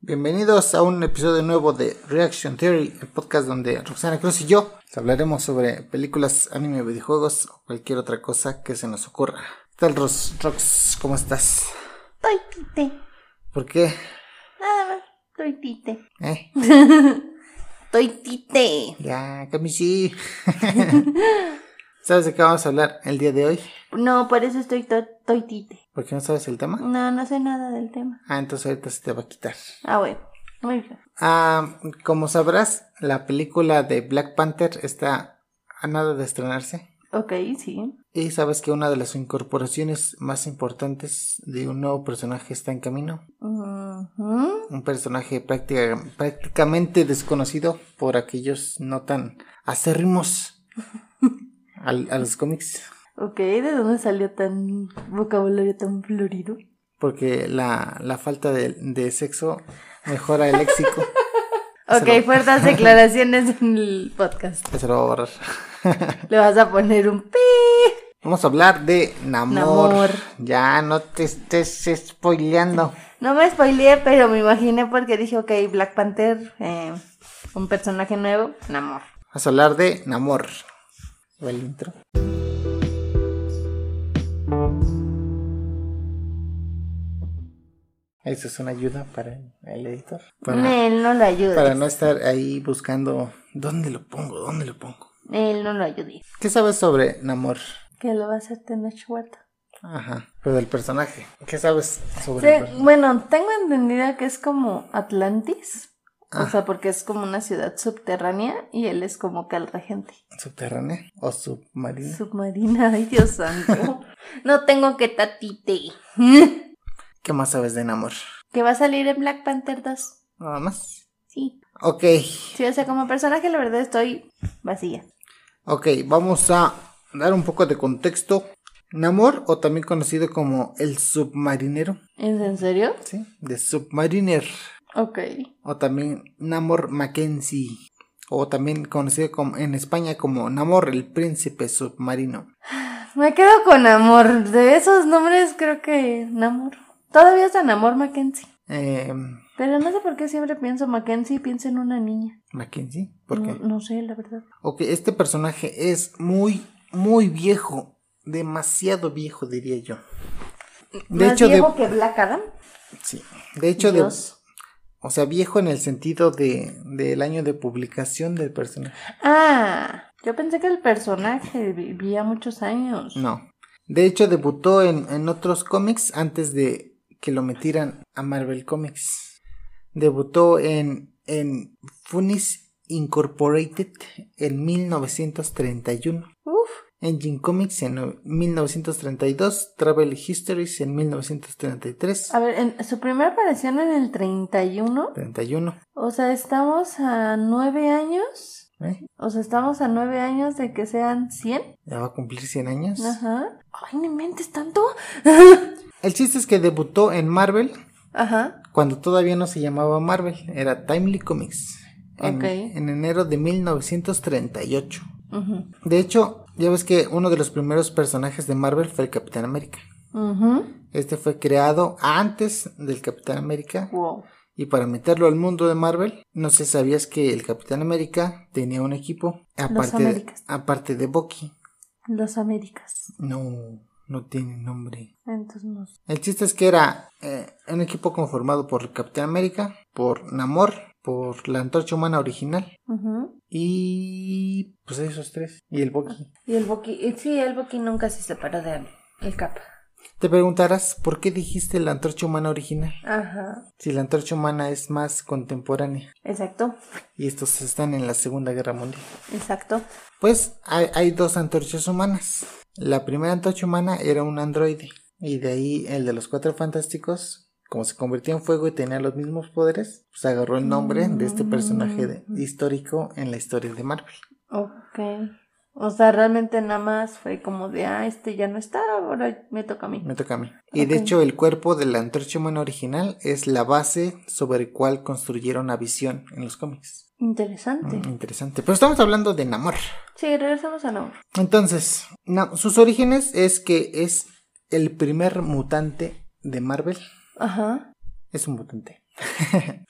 Bienvenidos a un episodio nuevo de Reaction Theory, el podcast donde Roxana Cruz y yo hablaremos sobre películas, anime, videojuegos o cualquier otra cosa que se nos ocurra. ¿Qué tal, Rox? Rox, ¿Cómo estás? Estoy tite. ¿Por qué? Nada más. Estoy tite. ¿Eh? Estoy tite. Ya, Kamishi. ¿Sabes de qué vamos a hablar el día de hoy? No, por eso estoy to estoy tite. ¿Por qué no sabes el tema? No, no sé nada del tema. Ah, entonces ahorita se te va a quitar. Ah, bueno. Muy bien. Ah, como sabrás, la película de Black Panther está a nada de estrenarse. Ok, sí. Y sabes que una de las incorporaciones más importantes de un nuevo personaje está en camino. Ujú. Un personaje práctica- prácticamente desconocido por aquellos no tan acérrimos al- a los cómics. Ok, ¿de dónde salió tan vocabulario tan florido? Porque la, la falta de, de sexo mejora el léxico. Se Ok, lo- fuertes declaraciones en el podcast. Se lo va a borrar. Le vas a poner un pi. Vamos a hablar de Namor. Namor. Ya no te estés spoileando. No me spoileé, pero me imaginé porque dije, ok, Black Panther, eh, un personaje nuevo, Namor. Vamos a hablar de Namor. ¿Va el intro? Eso es una ayuda para el, el editor. Para, Él no lo ayuda. para no estar ahí buscando dónde lo pongo, dónde lo pongo. Él no lo ayudé. ¿Qué sabes sobre Namor? Que lo va a hacer tener Huerta. Ajá, pero del personaje. ¿Qué sabes sobre el personaje? bueno, tengo entendido que es como Atlantis. O sea, porque es como una ciudad subterránea y él es como que el regente. ¿Subterránea o submarina? Submarina, ay Dios santo. no tengo que tatite. ¿Qué más sabes de Namor? que va a salir en Black Panther 2. Nada más. Sí. Ok, Sí, o sea, como personaje la verdad estoy vacía. ok, vamos a dar un poco de contexto. Namor, o también conocido como el submarinero, ¿Es en serio? ¿sí? De Submariner, Ok. o también Namor Mackenzie, o también conocido como, en España como Namor el príncipe submarino. Me quedo con Amor. De esos nombres creo que Namor. Todavía es Namor Mackenzie. Eh, Pero no sé por qué siempre pienso Mackenzie y pienso en una niña. Mackenzie, ¿por qué? no, no sé, la verdad. Ok, este personaje es muy, muy viejo, demasiado viejo diría yo. De ¿Más hecho, de, viejo que Black Adam? Sí. De hecho, de, Dios. o sea, viejo en el sentido de, del año de publicación del personaje. Ah, yo pensé que el personaje vivía muchos años. No. De hecho, debutó en, en otros cómics antes de que lo metieran a Marvel Comics. Debutó en, en Funis Incorporated en 1931. Uf, Engine Comics en no- 1932, Travel Histories en 1933, a ver, en, su primera aparición en el 31. 31, O sea, estamos a nueve años. ¿eh? O sea, estamos a nueve años de que sean 100. ya va a cumplir 100 años. Ajá. Ay, ni mentes tanto. El chiste es que debutó en Marvel Ajá. cuando todavía no se llamaba Marvel, era Timely Comics. En, Ok. en enero de 1938. Ujú. De hecho, ya ves que uno de los primeros personajes de Marvel fue el Capitán América. Ujú. Este fue creado antes del Capitán América. Wow. Y para meterlo al mundo de Marvel, no sé, sabías que el Capitán América tenía un equipo. Aparte, de, Américas. aparte de Bucky. Los Américas. No, no tiene nombre. Entonces no sé. El chiste es que era eh, un equipo conformado por el Capitán América, por Namor, por la Antorcha Humana original Ujú. y pues esos tres y el Bucky. Y el Boqui, eh, sí, el Boqui nunca se separó de el capa. Te preguntarás por qué dijiste la Antorcha Humana original Ajá. si la Antorcha Humana es más contemporánea Exacto, y estos están en la Segunda Guerra Mundial. exacto. Pues hay, hay dos antorchas humanas. La primera antorcha humana era un androide. Y de ahí el de los cuatro fantásticos, como se convirtió en fuego y tenía los mismos poderes, pues agarró el nombre de este personaje de- histórico en la historia de Marvel. Ok. O sea, realmente nada más fue como de, ah, este ya no está, ahora me toca a mí. Me toca a mí. Y de Ok. hecho el cuerpo de la antorcha humana original es la base sobre el cual construyeron a Visión en los cómics. Interesante. Mm, interesante. Pero estamos hablando de Namor. Sí, regresamos a Namor. Entonces, na- sus orígenes es que es el primer mutante de Marvel. Ajá. Es un mutante.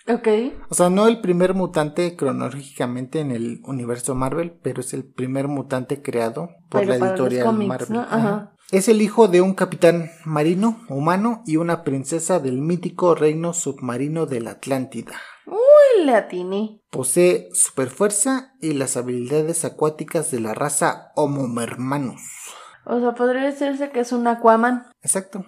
Ok. O sea, no el primer mutante cronológicamente en el universo Marvel, pero es el primer mutante creado por Pero la para los editorial cómics, Marvel. ¿no? Ajá. Es el hijo de un capitán marino humano y una princesa del mítico reino submarino de la Atlántida. Uy, le atiné. Posee superfuerza y las habilidades acuáticas de la raza Homo Mermanus. O sea, podría decirse que es un Aquaman. Exacto.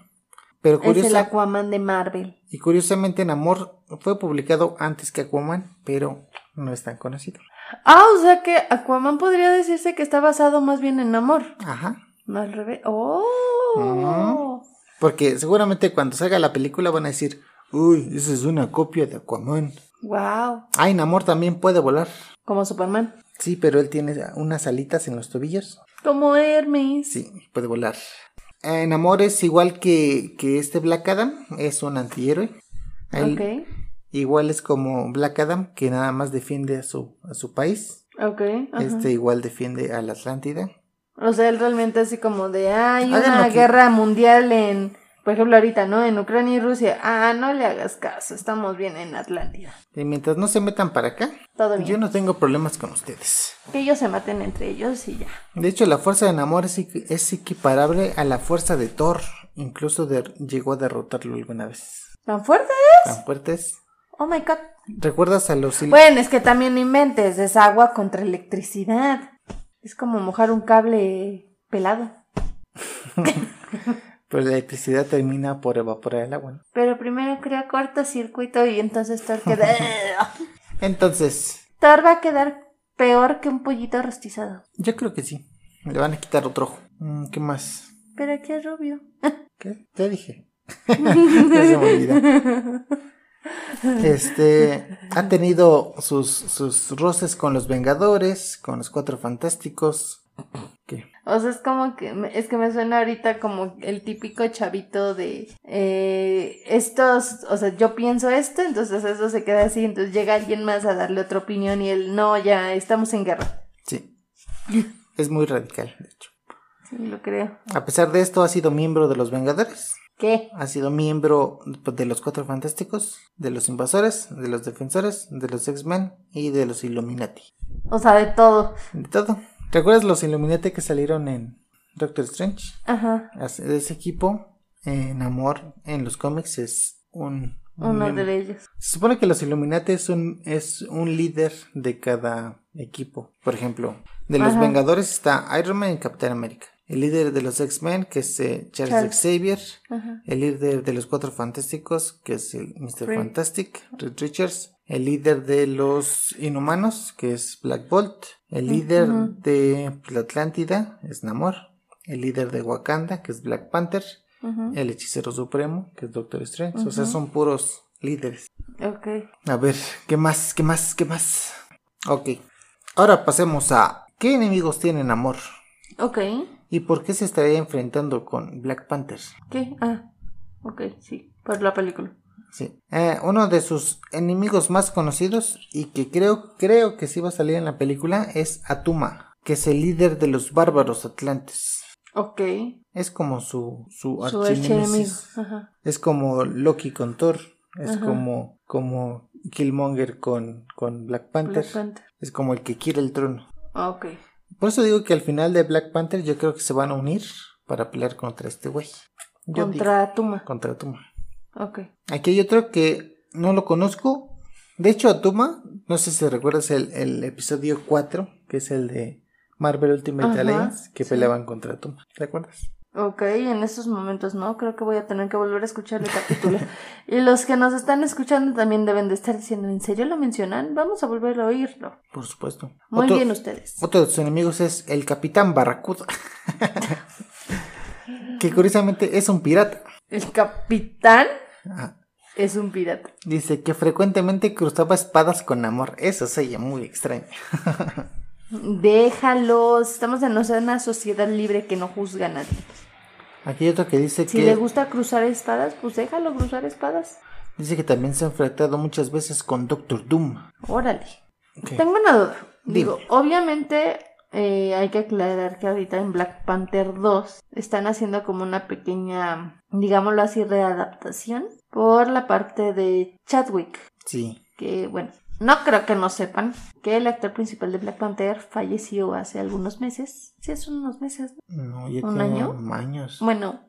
Pero Es el curiosa- Aquaman de Marvel. y curiosamente en Amor fue publicado antes que Aquaman, pero no es tan conocido. Ah, o sea que Aquaman podría decirse que está basado más bien en amor. Ajá. No al revés. ¡Oh! Ujú. Porque seguramente cuando salga la película van a decir, uy, esa es una copia de Aquaman. ¡Wow! Ah, en Amor también puede volar. Como Superman. Sí, pero él tiene unas alitas en los tobillos. Como Hermes. Sí, puede volar. En Amor es igual que, que este Black Adam, es un antihéroe. Él Ok. Igual es como Black Adam, que nada más defiende a su, a su país. Ok. ajá. Este igual defiende a la Atlántida. O sea, él realmente así como de, ah, hay Hagan lo una que- guerra mundial en, por ejemplo, ahorita, ¿no? En Ucrania y Rusia. Ah, no le hagas caso, estamos bien en Atlántida. Y mientras no se metan para acá, Todo bien. yo no tengo problemas con ustedes. Que ellos se maten entre ellos y ya. De hecho, la fuerza de Namor es, equi- es equiparable a la fuerza de Thor. Incluso de- llegó a derrotarlo alguna vez. ¿Tan fuerte? Tan fuertes. Oh my god. ¿Recuerdas a los... sil- Bueno, es que también no inventes, es agua contra electricidad. Es como mojar un cable pelado. Pero pues, la electricidad termina por evaporar el agua. ¿no? Pero primero crea cortocircuito y entonces Thor queda. Entonces, Thor va a quedar peor que un pollito rostizado. yo creo que sí. Le van a quitar otro ojo. Mm, ¿Qué más? Pero aquí es rubio. ¿Qué? Ya dije. Ya se me olvida. Este ha tenido sus, sus roces con los Vengadores, con los Cuatro Fantásticos. ¿Qué? O sea, es como que, me- es que me suena ahorita como el típico chavito de, eh, estos, o sea, yo pienso esto, entonces eso se queda así, entonces llega alguien más a darle otra opinión y él, no, ya, estamos en guerra. Sí. Es muy radical, de hecho. Sí, lo creo. A pesar de esto, ha sido miembro de los Vengadores, ¿Qué? ha sido miembro de los Cuatro Fantásticos, de los Invasores, de los Defensores, de los X-Men y de los Illuminati. O sea, de todo. De todo. ¿Recuerdas los Illuminati que salieron en Doctor Strange? Ajá. Así- de ese equipo en amor en los cómics es un Uno un- de ellos. se supone que los Illuminati es un es un líder de cada equipo por ejemplo de los Ajá. Vengadores está Iron Man y Capitán América el líder de los X-Men que es eh, Charles, Charles. Xavier Ajá. el líder de los Cuatro Fantásticos que es el Mr. Reed. Fantastic Reed Richards el líder de los Inhumanos que es Black Bolt el líder Ujú. de la Atlántida es Namor el líder de Wakanda que es Black Panther Ujú. el hechicero supremo, que es Doctor Strange. O sea, Ujú. son puros líderes. Ok. A ver, ¿qué más? ¿Qué más? ¿Qué más? Ok. Ahora pasemos a ¿qué enemigos tienen amor? Ok. ¿Y por qué se estaría enfrentando con Black Panther? ¿Qué? Ah. Ok, sí. Por la película. Sí. Eh, uno de sus enemigos más conocidos y que creo, creo que sí va a salir en la película es Atuma, que es el líder de los bárbaros atlantes. Ok. Es como su, su, Su archienemigo. enemigo. Ajá. Es como Loki con Thor. Es Ajá. como, como Killmonger con, con Black Panther. Black Panther. Es como el que quiere el trono. Ok. Por eso digo que al final de Black Panther yo creo que se van a unir para pelear contra este güey. Yo digo, Contra Atuma. contra Atuma. Ok. Aquí hay otro que no lo conozco. De hecho, Atuma, no sé si recuerdas el, el episodio 4, que es el de Marvel Ultimate Ajá, Alliance, que sí. peleaban contra Atuma. ¿Te acuerdas? Ok, en estos momentos no, creo que voy a tener que volver a escuchar el capítulo. y los que nos están escuchando también deben de estar diciendo, ¿en serio lo mencionan? Vamos a volver a oírlo. Por supuesto. Muy Otro- bien ustedes. Otro de sus enemigos es el Capitán Barracuda. que curiosamente es un pirata. El capitán Ah, es un pirata. Dice que frecuentemente cruzaba espadas con amor. Eso se oye muy extraño. Déjalos, estamos en una sociedad libre que no juzga a nadie. Aquí hay otro que dice Si que le gusta cruzar espadas, pues déjalo cruzar espadas. dice que también se ha enfrentado muchas veces con Doctor Doom. Órale. Ok. Tengo una duda. Digo, Dime. obviamente eh, hay que aclarar que ahorita en Black Panther 2 están haciendo como una pequeña, digámoslo así, readaptación por la parte de Chadwick. Sí. que, bueno, no creo que no sepan que el actor principal de Black Panther falleció hace algunos meses. Sí, hace unos meses. ¿no? No, ya ¿Un tiene año? años. Bueno,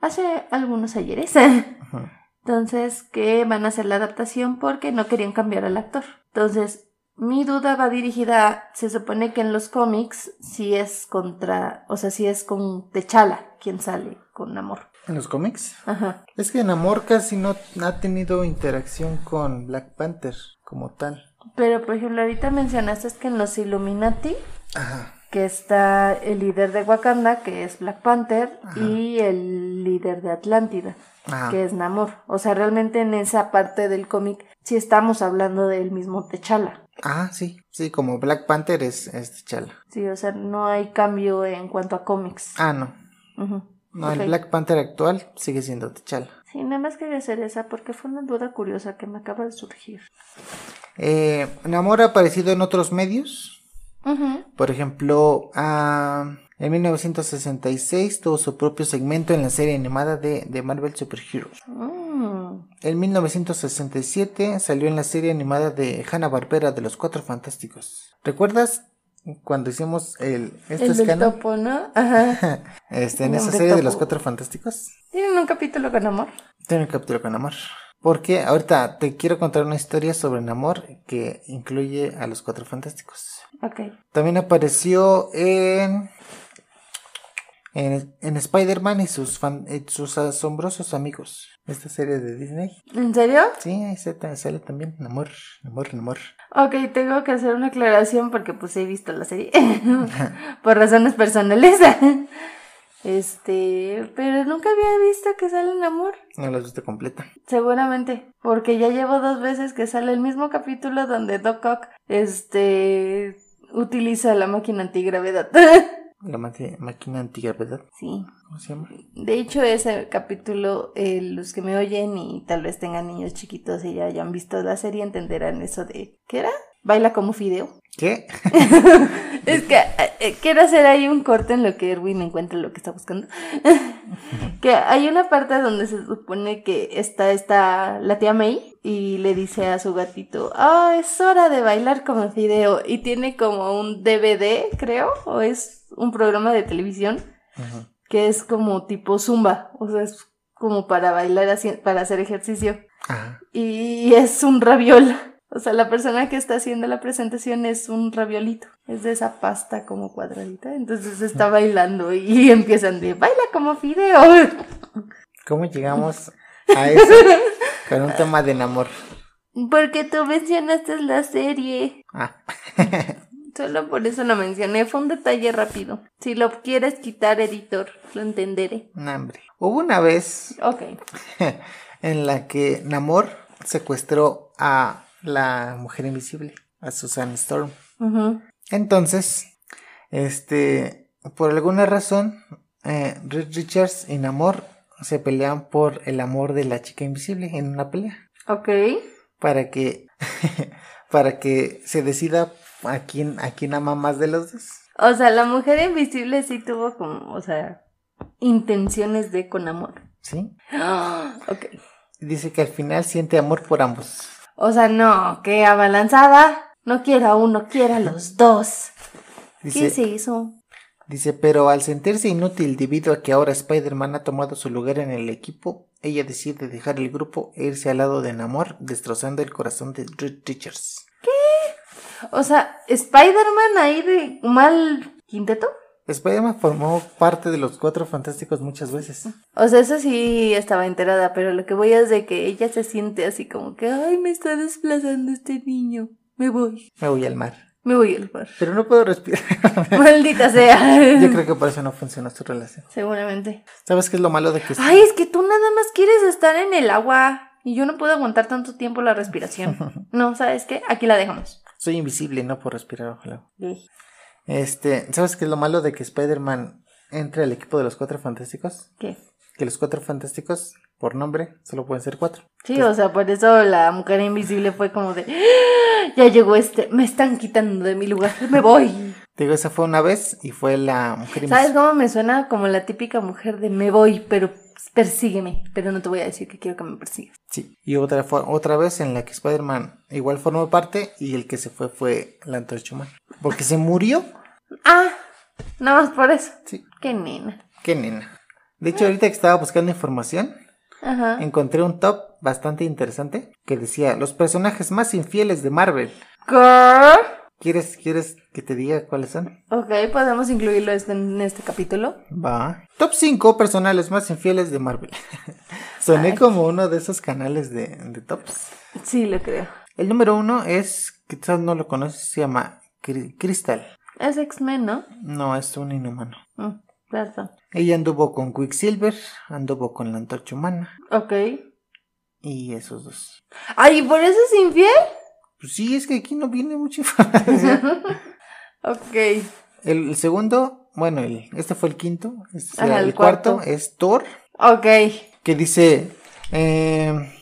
hace algunos ayeres. Ajá. Entonces, que van a hacer la adaptación porque no querían cambiar al actor. Entonces, mi duda va dirigida, a- se supone que en los cómics sí es contra, o sea, sí es con Techala quien sale con amor. ¿En los cómics? Ajá. Es que Namor casi no ha tenido interacción con Black Panther como tal. Pero, por ejemplo, ahorita mencionaste que en los Illuminati, Ajá. que está el líder de Wakanda, que es Black Panther, y el líder de Atlántida, Ajá. que es Namor. O sea, realmente en esa parte del cómic sí estamos hablando del mismo Techala. Ah, sí. Sí, como Black Panther es, es Chala. Sí, o sea, no hay cambio en cuanto a cómics. Ah, no. Ujú. No, Ok. el Black Panther actual sigue siendo T'Challa. Sí, nada más quería hacer esa porque fue una duda curiosa que me acaba de surgir. Eh, Namor ha aparecido en otros medios. Ujú. Por ejemplo, ah, en 1966 tuvo su propio segmento en la serie animada de, de Marvel Super Heroes. Mm. En 1967 salió en la serie animada de Hanna-Barbera de los Cuatro Fantásticos. ¿Recuerdas cuando hicimos el... Esto El es del canon? topo, ¿no? Ajá. Este, en El esa hombre serie de los topo. Cuatro Fantásticos. ¿Tienen un capítulo con amor? Tiene un capítulo con Namor. Porque ahorita te quiero contar una historia sobre Namor que incluye a los Cuatro Fantásticos. Ok. También apareció en. En, en Spider-Man y sus, fan- y sus asombrosos amigos. Esta serie de Disney. ¿En serio? Sí, ahí se ta- sale también. Namor, Namor, Namor. Ok, tengo que hacer una aclaración porque pues he visto la serie. Por razones personales. este, pero nunca había visto que sale en amor. No la viste completa. Seguramente, porque ya llevo dos veces que sale el mismo capítulo donde Doc Ock, este, utiliza la máquina antigravedad. La maqui- máquina antigravedad. sí. ¿Cómo se llama? De hecho, ese capítulo, eh, los que me oyen y tal vez tengan niños chiquitos y ya hayan visto la serie, entenderán eso de, ¿qué era? Baila como fideo. ¿Qué? Es que eh, quiero hacer ahí un corte en lo que Erwin encuentra lo que está buscando. que hay una parte donde se supone que está, está la tía May y le dice a su gatito, ah, es hora de bailar como fideo. Y tiene como un DVD, creo, o es un programa de televisión Ujú. que es como tipo zumba, o sea, es como para bailar, así, para hacer ejercicio. Ajá. Y es un raviol. O sea, la persona que está haciendo la presentación es un raviolito. Es de esa pasta como cuadradita. Entonces está bailando y empiezan de baila como fideo. ¿Cómo llegamos a eso? Con un tema de Namor. Porque tú mencionaste la serie. Ah. Solo por eso lo mencioné. Fue un detalle rápido. Si lo quieres quitar, editor, lo entenderé. No, hombre. Hubo una vez Ok. en la que Namor secuestró a la mujer invisible, a Susan Storm. Ujú. Entonces, este, por alguna razón, eh, Reed Richards y Namor se pelean por el amor de la chica invisible en una pelea Ok. para que para que se decida a quién a quién ama más de los dos. O sea, la mujer invisible sí tuvo como, o sea, intenciones de con amor. ¿Sí? Ok. Dice que al final siente amor por ambos. O sea, no, que abalanzada. No quiero a uno, quiero a los dos. ¿Qué Dice, se hizo? Dice, pero al sentirse inútil debido a que ahora Spider-Man ha tomado su lugar en el equipo, ella decide dejar el grupo e irse al lado de Namor, destrozando el corazón de Reed Richards. O sea, Spider-Man ahí de mal quinteto. Spider-Man formó parte de los Cuatro Fantásticos muchas veces. O sea, eso sí estaba enterada, pero lo que voy es de que ella se siente así como que, ay, me está desplazando este niño. Me voy, Me voy al mar. me voy al bar. Pero no puedo respirar. Maldita Yo sea. creo que por eso no funcionó su relación. Seguramente. ¿Sabes qué es lo malo de que... Ay, es que tú nada más quieres estar en el agua y yo no puedo aguantar tanto tiempo la respiración. No, ¿sabes qué? Aquí la dejamos. Soy invisible, no puedo respirar bajo el agua. Ey. Este, ¿sabes qué es lo malo de que Spider-Man entre al equipo de los Cuatro Fantásticos? ¿Qué? Que los Cuatro Fantásticos, por nombre, solo pueden ser cuatro. Sí, o sea, por eso la mujer invisible fue como de, "¡Ah! ya llegó este, me están quitando de mi lugar, me voy. Te digo, esa fue una vez y fue la mujer ¿Sabes invisible. cómo me suena como la típica mujer de me voy, pero persígueme, pero no te voy a decir que quiero que me persigas. Sí. Y otra, fue- otra vez en la que Spider-Man igual formó parte y el que se fue fue la antorcha humana. Porque se murió. Ah, nada más por eso. Sí. Qué nena. Qué nena. De hecho, ahorita que estaba buscando información, Ajá. encontré un top bastante interesante que decía los personajes más infieles de Marvel. Girl. ¿Quieres, quieres que te diga cuáles son? Ok, podemos incluirlo este- en este capítulo. Va. Top 5 personales más infieles de Marvel. Soné como uno de esos canales de, de tops. Sí, lo creo. El número uno es, quizás no lo conoces, se llama Cri- Crystal. Es X-Men, ¿no? No, es un inhumano. Mm, perdón. Ella anduvo con Quicksilver, anduvo con la antorcha humana Ok. y esos dos. Ay, ¿y ¿por eso es infiel? Pues sí, es que aquí no viene mucha información. Ok. el, el segundo, bueno, el, este fue el quinto. este será Ajá, el el cuarto. cuarto es Thor, Ok. que dice eh,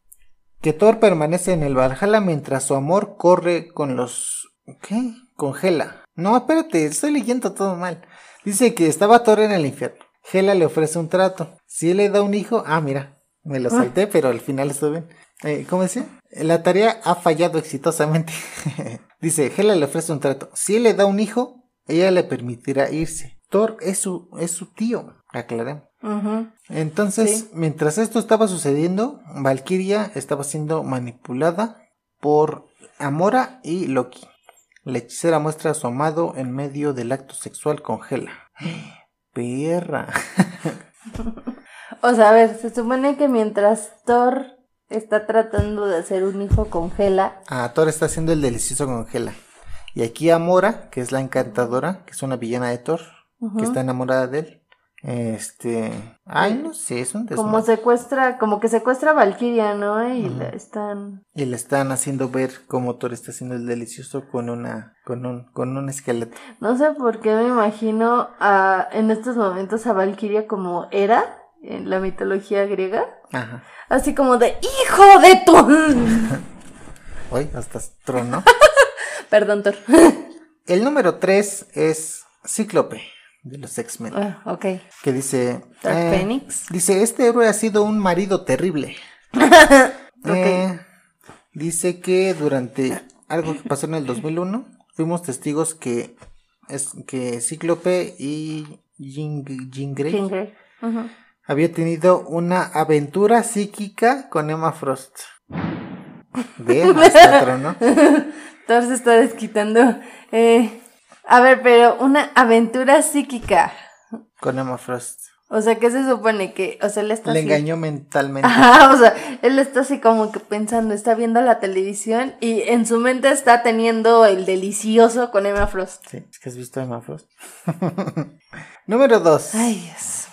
que Thor permanece en el Valhalla mientras su amor corre con los... ¿Qué? Congela. No, espérate, estoy leyendo todo mal. Dice que estaba Thor en el infierno. Hela le ofrece un trato. Si él le da un hijo... Ah, mira, me lo Ah. salté, pero al final estuvo bien. Eh, ¿Cómo decía? La tarea ha fallado exitosamente. Dice, Hela le ofrece un trato. Si él le da un hijo, ella le permitirá irse. Thor es su, es su tío. Aclaremos. Ujú. Entonces, Sí. mientras esto estaba sucediendo, Valkyria estaba siendo manipulada por Amora y Loki. La hechicera muestra a su amado en medio del acto sexual con Hela. Perra. O sea, a ver, se supone que mientras Thor está tratando de hacer un hijo con Hela. Ah, Thor está haciendo el delicioso con Hela. Y aquí Amora, que es la encantadora, que es una villana de Thor, ujú, que está enamorada de él. Este. Ay, no sé, es un como desmadre. secuestra, como que secuestra a Valkyria, ¿no? Y Ujú. la están. Y le están haciendo ver cómo Thor está haciendo el delicioso con una. con un, con un esqueleto. No sé por qué me imagino a, en estos momentos a Valkyria como era en la mitología griega. Ajá. Así como de hijo de tu. Hoy hasta trono. Perdón, Thor. El número 3 es Cíclope de los X-Men. Ah, ok. Que dice. Dark eh, Phoenix. Dice: Este héroe ha sido un marido terrible. Eh, dice que durante algo que pasó en el 2001, fuimos testigos que, es, que Cíclope y Jean, Jean Grey Jean Grey. Ujú. había tenido una aventura psíquica con Emma Frost. Vean, hasta trono. Thor se está desquitando. Eh, a ver, pero una aventura psíquica. Con Emma Frost. O sea, ¿qué se supone? Que, o sea, él está Le así- engañó mentalmente. Ajá, o sea, él está así como que pensando, está viendo la televisión y en su mente está teniendo el delicioso con Emma Frost. Sí, es que has visto a Emma Frost. número 2. Ay, Dios.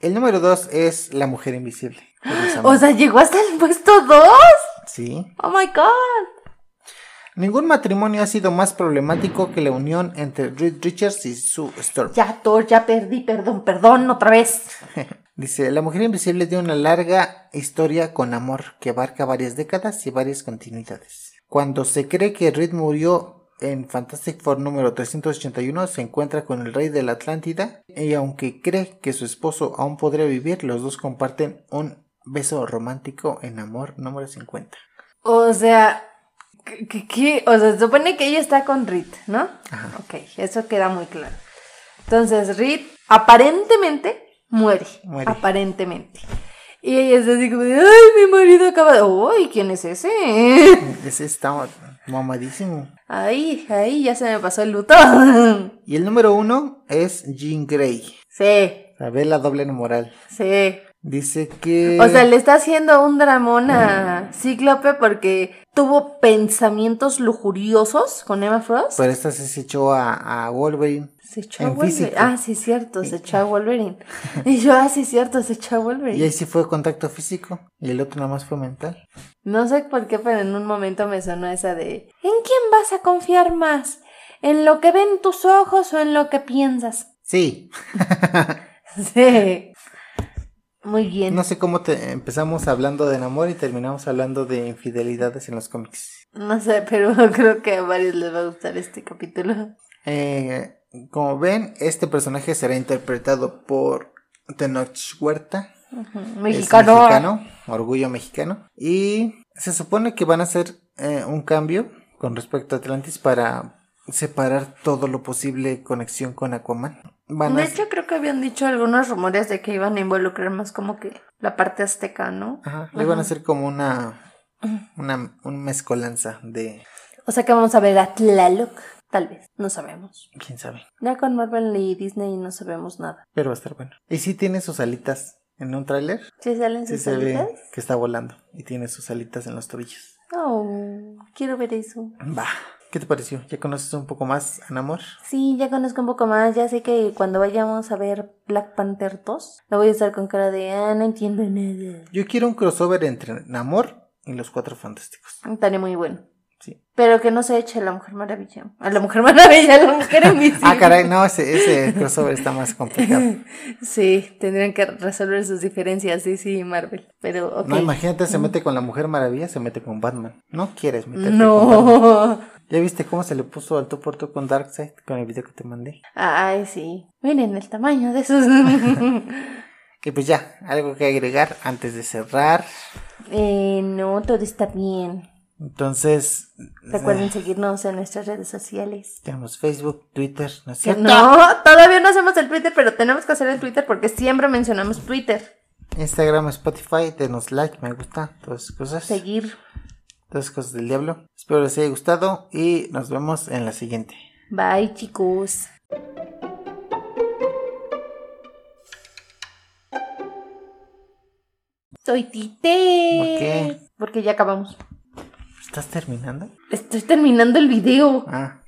El número 2 es La Mujer Invisible. O sea, llegó hasta el puesto 2. Sí. Oh my god. Ningún matrimonio ha sido más problemático que la unión entre Reed Richards y Sue Storm. Ya, Thor, ya perdí, perdón, perdón, otra vez. Dice, La Mujer Invisible tiene una larga historia con amor que abarca varias décadas y varias continuidades. Cuando se cree que Reed murió en Fantastic Four número 381, se encuentra con el rey de la Atlántida y aunque cree que su esposo aún podría vivir, los dos comparten un beso romántico en amor número 50. O sea, ¿qué, qué- qué? O sea, se supone que ella está con Reed, ¿no? Ok, eso queda muy claro. Entonces, Reed aparentemente muere. Muere. Aparentemente. Y ella está así como de, ay, mi marido acaba de... Uy, ¿quién es ese? Ese está mamadísimo. Ay, ay, ya se me pasó el luto. Y el número uno es Jean Grey. sí, A ver la doble moral. sí. Dice que... O sea, le está haciendo un dramón a Cíclope porque tuvo pensamientos lujuriosos con Emma Frost. Pero esta sí se echó a, a Wolverine. Se echó a en Wolverine. físico. Ah, sí, cierto, se echó a Wolverine. Y yo, ah, sí, cierto, se echó a Wolverine. Y ahí sí fue contacto físico. Y el otro nada más fue mental. No sé por qué, pero en un momento me sonó esa de ¿En quién vas a confiar más? ¿En lo que ven tus ojos o en lo que piensas? Sí. Sí. Muy bien. No sé cómo te empezamos hablando de enamor y terminamos hablando de infidelidades en los cómics. No sé, pero creo que a varios les va a gustar este capítulo. Eh, como ven, este personaje será interpretado por Tenoch Huerta. Ujú. es Mexicano. mexicano, orgullo mexicano. Y se supone que van a hacer eh, un cambio con respecto a Atlantis para separar todo lo posible conexión con Aquaman. Van De a... hecho, creo que habían dicho algunos rumores de que iban a involucrar más como que la parte azteca, ¿no? Ajá, le van Ajá. a hacer como una, una, un mezcolanza de O sea que vamos a ver a Tlaloc, tal vez, no sabemos. quién sabe. Ya con Marvel y Disney no sabemos nada. Pero va a estar bueno. Y sí tiene sus alitas en un tráiler. ¿Sí salen Sí sus se ve alitas? que está volando y tiene sus alitas en los tobillos. Oh, quiero ver eso. Va. ¿Qué te pareció? ¿Ya conoces un poco más a Namor? Sí, ya conozco un poco más, ya sé que cuando vayamos a ver Black Panther 2, no voy a estar con cara de, ah, no entiendo nada. Yo quiero un crossover entre Namor y los Cuatro Fantásticos. Estaría muy bueno. Sí. Pero que no se eche a la Mujer Maravilla. A la Mujer Maravilla, a la Mujer Invisible. Ah, caray, no, ese, ese crossover está más complicado. Sí, tendrían que resolver sus diferencias, sí, sí, Marvel. Pero, ok. No, imagínate, se mete con la Mujer Maravilla, se mete con Batman. No quieres meterte con Batman. No. ¿Ya viste cómo se le puso al tú por tú con Darkseid con el video que te mandé? Ay, sí. Miren el tamaño de esos. Y pues ya, algo que agregar antes de cerrar. eh, no, todo está bien. Entonces, Eh. Recuerden seguirnos en nuestras redes sociales. tenemos Facebook, Twitter, ¿no es Que cierto? No, todavía no hacemos el Twitter, pero tenemos que hacer el Twitter porque siempre mencionamos Twitter. Instagram, Spotify, denos like, me gusta, todas esas cosas. Seguir. Todas esas cosas del diablo. Espero les haya gustado y nos vemos en la siguiente. Bye, chicos. Soy Tite. ¿Por qué? Porque ya acabamos. ¿Estás terminando? Estoy terminando el video. Ah.